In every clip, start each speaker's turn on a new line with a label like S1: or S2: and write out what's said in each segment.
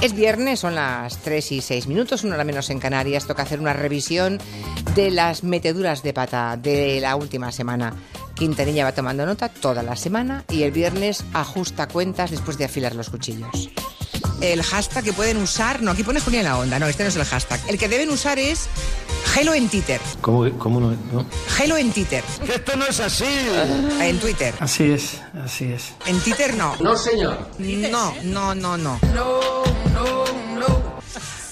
S1: Es viernes, son las 3 y 6 minutos, una hora menos en Canarias. Toca hacer una revisión de las meteduras de pata de la última semana. Quintanilla va tomando nota toda la semana y el viernes ajusta cuentas después de afilar los cuchillos.
S2: El hashtag que pueden usar, no, aquí pone Julia en la onda, no, este no es el hashtag. El que deben usar es Hello en Twitter.
S3: ¿Cómo, cómo no, no?
S2: Hello en Twitter.
S4: Esto no es así.
S2: En Twitter.
S3: Así es, así es.
S2: En Twitter no.
S4: No, señor.
S2: No, no, no, no.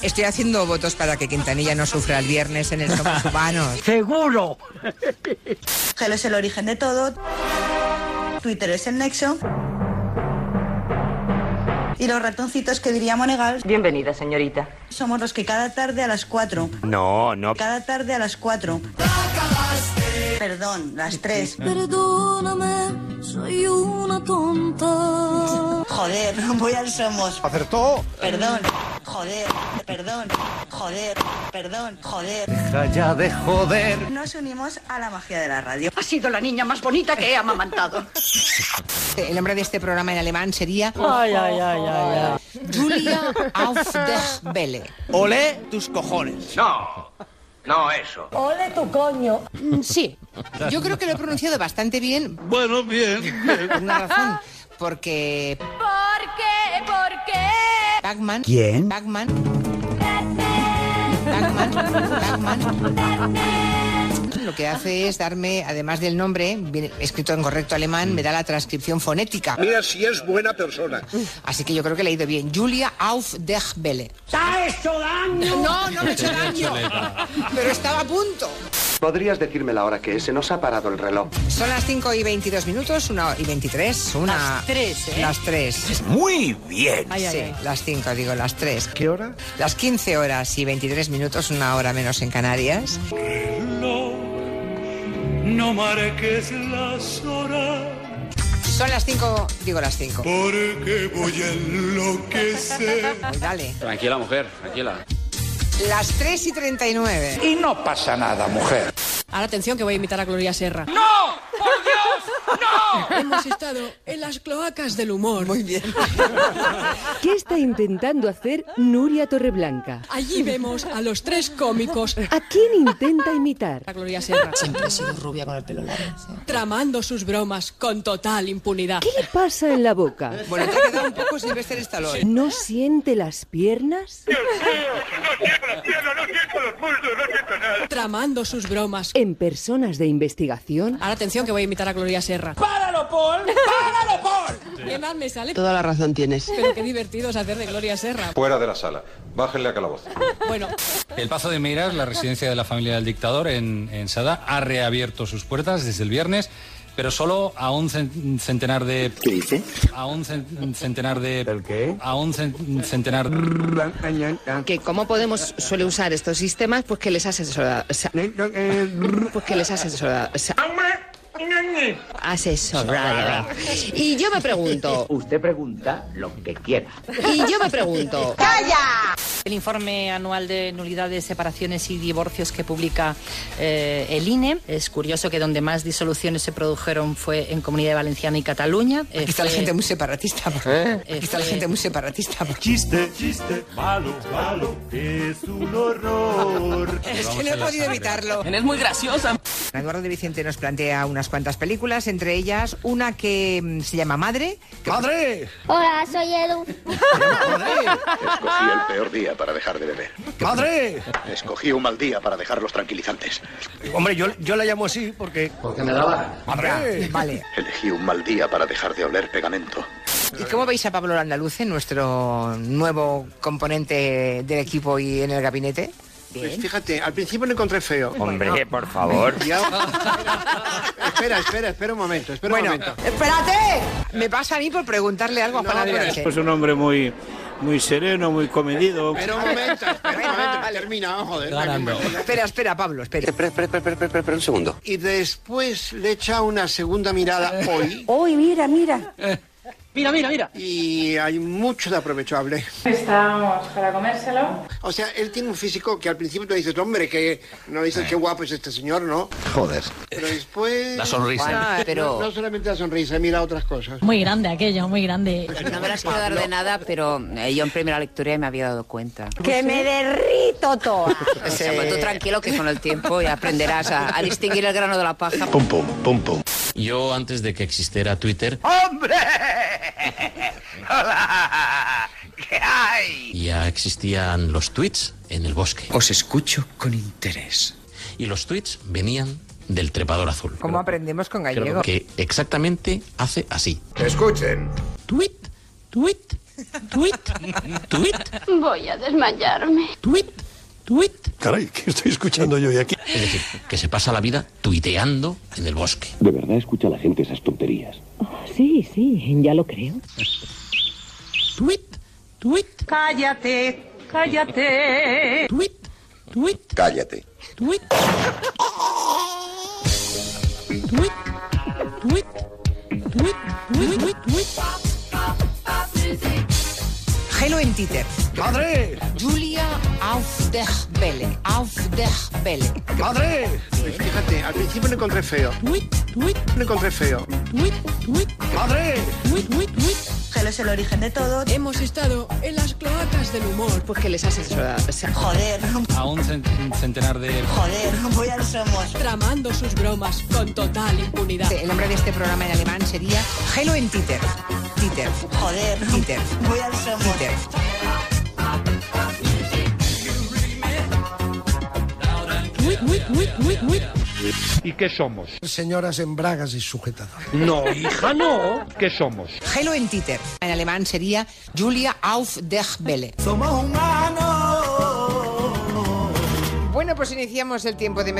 S2: Estoy haciendo votos para que Quintanilla no sufra el viernes en el Somos Humanos.
S3: ¡Seguro!
S5: Hello es el origen de todo. Twitter es el nexo. Y los ratoncitos que diría Monegal
S6: Bienvenida, señorita.
S5: somos los que cada tarde a las 4.
S4: No, no.
S5: Cada tarde a las 4. Perdón, las 3.
S7: Perdóname, soy una tonta.
S5: Joder, voy al Somos.
S4: Acertó.
S5: Perdón. Joder, perdón. Joder, perdón, joder.
S4: Ya de joder.
S5: Nos unimos a la magia de la radio.
S6: Ha sido la niña más bonita que he amamantado.
S2: El nombre de este programa en alemán sería
S8: Ay, ay, ay, ay, ay.
S2: Julia auf der Welle.
S9: Olé tus cojones.
S4: No. No, eso.
S8: Ole tu coño.
S2: Mm, Sí, yo creo que lo he pronunciado bastante bien
S9: Bueno, bien.
S2: por una razón. Porque
S7: ¿Por qué? ¿Por qué?
S2: Pac-Man.
S9: ¿Quién?
S2: Pac-Man. Pac-Man. Pac-Man. Lo que hace es darme, además del nombre, bien escrito en correcto alemán, me da la transcripción fonética.
S4: Mira si es buena persona.
S2: Así que yo creo que le he leído bien. Julia auf der Welle. ¡Te hecho daño! No, no me he hecho daño. Pero estaba a punto.
S10: ¿Podrías decirme la hora que es? Se nos ha parado el reloj.
S2: Son las 5 y 22 minutos, 1 y 23. Una,
S8: Las tres, ¿eh?
S2: Las 3.
S4: Muy bien.
S8: Ay, ay,
S2: sí,
S8: ay.
S2: las 5, digo, las 3.
S3: ¿Qué hora?
S2: Las 15 horas y 23 minutos, una hora menos en Canarias.
S9: No marques las horas.
S2: Son las 5, digo las 5.
S9: Porque voy a enloquecer.
S2: Pues dale.
S10: Tranquila, mujer, tranquila.
S2: Las 3 y 39.
S9: Y no pasa nada, mujer.
S8: Ahora atención que voy a imitar a Gloria Serra. ¡No! ¡Por Dios! ¡No! Hemos estado en las cloacas del humor. Muy bien.
S11: ¿Qué está intentando hacer Nuria Torreblanca?
S8: Allí vemos a los tres cómicos.
S11: ¿A quién intenta imitar?
S8: A Gloria Serra. Siempre ha sido rubia con el pelo largo. Tramando sus bromas con total impunidad.
S11: ¿Qué le pasa en la boca?
S2: Bueno, te ha quedado un poco Sylvester Stallone.
S11: ¿No siente las piernas?
S8: Tramando sus bromas.
S11: ¿En personas de investigación?
S8: Ahora atención que voy a imitar a Gloria Serra. ¡Páralo, Paul! ¡Páralo, Paul! ¿Qué más me sale?
S6: Toda la razón tienes.
S8: Pero qué divertido es hacer de Gloria Serra.
S10: Fuera de la sala. Bájenle a calabozo.
S8: Bueno,
S9: El Pazo de Meiras, la residencia de la familia del dictador en, en Sada, ha reabierto sus puertas desde el viernes, pero solo a un cen- centenar de... ¿Qué dice? A un cen- centenar de... ¿El qué? A un cen- centenar...
S6: Ah, Que cómo Podemos suele usar estos sistemas, pues que les ha asesorado. o sea,
S9: eh,
S6: pues que les ha asesorado. o sea,
S9: Ah,
S6: asesorado. Y yo me pregunto.
S9: Usted pregunta lo que quiera.
S6: Y yo me pregunto.
S11: El informe anual de nulidades, separaciones y divorcios que publica eh, el INE. Es curioso que donde más disoluciones se produjeron fue en Comunidad Valenciana y Cataluña. Eh,
S2: Aquí está la
S11: fue-
S2: gente muy separatista. por- Aquí está la
S11: Eh,
S2: gente muy separatista. por-
S9: Chiste, chiste, malo, malo, es un horror.
S2: Es que no he podido evitarlo.
S6: Es muy graciosa.
S2: Eduardo de Vicente nos plantea unas cuantas películas, entre ellas una que mm, se llama Madre.
S9: ¡Madre!
S7: Hola, soy Edu.
S10: Escogí el peor día para dejar de beber.
S9: ¡Madre!
S10: Escogí un mal día para dejar los tranquilizantes.
S9: Hombre, yo, yo la llamo así porque...
S4: Porque me daba.
S9: ¡Madre!
S2: Vale.
S10: Elegí un mal día para dejar de oler pegamento.
S2: ¿Y cómo veis a Pablo Landaluce, nuestro nuevo componente del equipo y en el gabinete?
S4: Pues fíjate, al principio lo encontré feo.
S2: Hombre,
S4: por favor. espera, espera, espera un momento, espera
S2: Bueno,
S4: un momento.
S2: espérate. Me pasa a mí por preguntarle algo a Juan
S4: pero
S2: Adrián.
S9: pues un hombre muy, muy sereno, muy comedido.
S4: Espera un momento, espera un momento, que termina, oh, joder.
S9: Ganando.
S2: Espera, espera, Pablo, espera.
S10: Espera, espera, espera, espera, espera, espera un segundo.
S4: Y después le echa una segunda mirada hoy.
S5: Uy, mira, mira.
S8: Mira, mira, mira. Y hay mucho de aprovechable.
S12: Estamos para comérselo.
S8: O sea, él tiene un físico que al principio te dices, hombre, que no dices qué guapo es este señor, ¿no?
S13: Joder.
S8: Pero después...
S13: La sonrisa.
S8: Bueno,
S4: eh,
S13: Ah, pero-
S8: No, no solamente la sonrisa, mira otras cosas.
S14: Muy grande aquello, muy grande.
S15: No me las quiero dar de nada, pero eh, yo en primera lectura ya me había dado cuenta.
S16: Que me derrito toda.
S15: O sea, pues tú tranquilo que con el tiempo ya aprenderás a, a distinguir el grano de la paja.
S17: Pum, pum, pum, pum. Yo, antes de que existiera Twitter,
S15: ¡Hombre!
S9: ¡Hola! ¿Qué hay?
S17: ya existían los tweets en el bosque. Os escucho con interés. Y los tweets venían del trepador azul.
S2: ¿Cómo aprendemos con gallego?
S17: Creo que exactamente hace así.
S10: Escuchen.
S17: Tweet, tweet, tweet, tweet.
S18: Voy a desmayarme.
S17: Tweet, tweet.
S9: Caray, ¿qué estoy escuchando yo de aquí?
S17: Es decir, que se pasa la vida tuiteando en el bosque.
S10: De verdad escucha la gente esas tonterías.
S16: Ah, Sí, sí, ya lo creo.
S17: Tweet, tweet.
S16: Cállate, cállate.
S17: Tweet, tweet.
S10: Cállate.
S17: Tweet. Tweet. Tweet. Tweet. Tweet. Tweet.
S2: Hello en Twitter.
S8: ¡Madre!
S2: Julia auf der Welle. Auf der Welle.
S8: ¡Madre! Pues Fíjate, al principio lo encontré feo. Lo encontré feo. ¡Madre!
S5: Gelo es el origen de todo.
S19: Hemos estado en las cloacas del humor. Pues que les has asesorado.
S2: eh,
S5: Joder,
S20: A un cen- centenar de...
S5: joder, voy al somos.
S19: Tramando sus bromas con total impunidad.
S2: El nombre de este programa en alemán sería Hello en Twitter. Twitter.
S5: Joder.
S2: Twitter.
S5: Voy al somos.
S2: Twitter.
S9: ¿Y qué somos?
S21: Señoras en bragas y sujetadoras.
S9: No, hija, no. ¿Qué somos?
S2: Hello en Twitter. En alemán sería Julia auf der Welle.
S21: Somos humanos.
S2: Bueno, pues iniciamos el tiempo de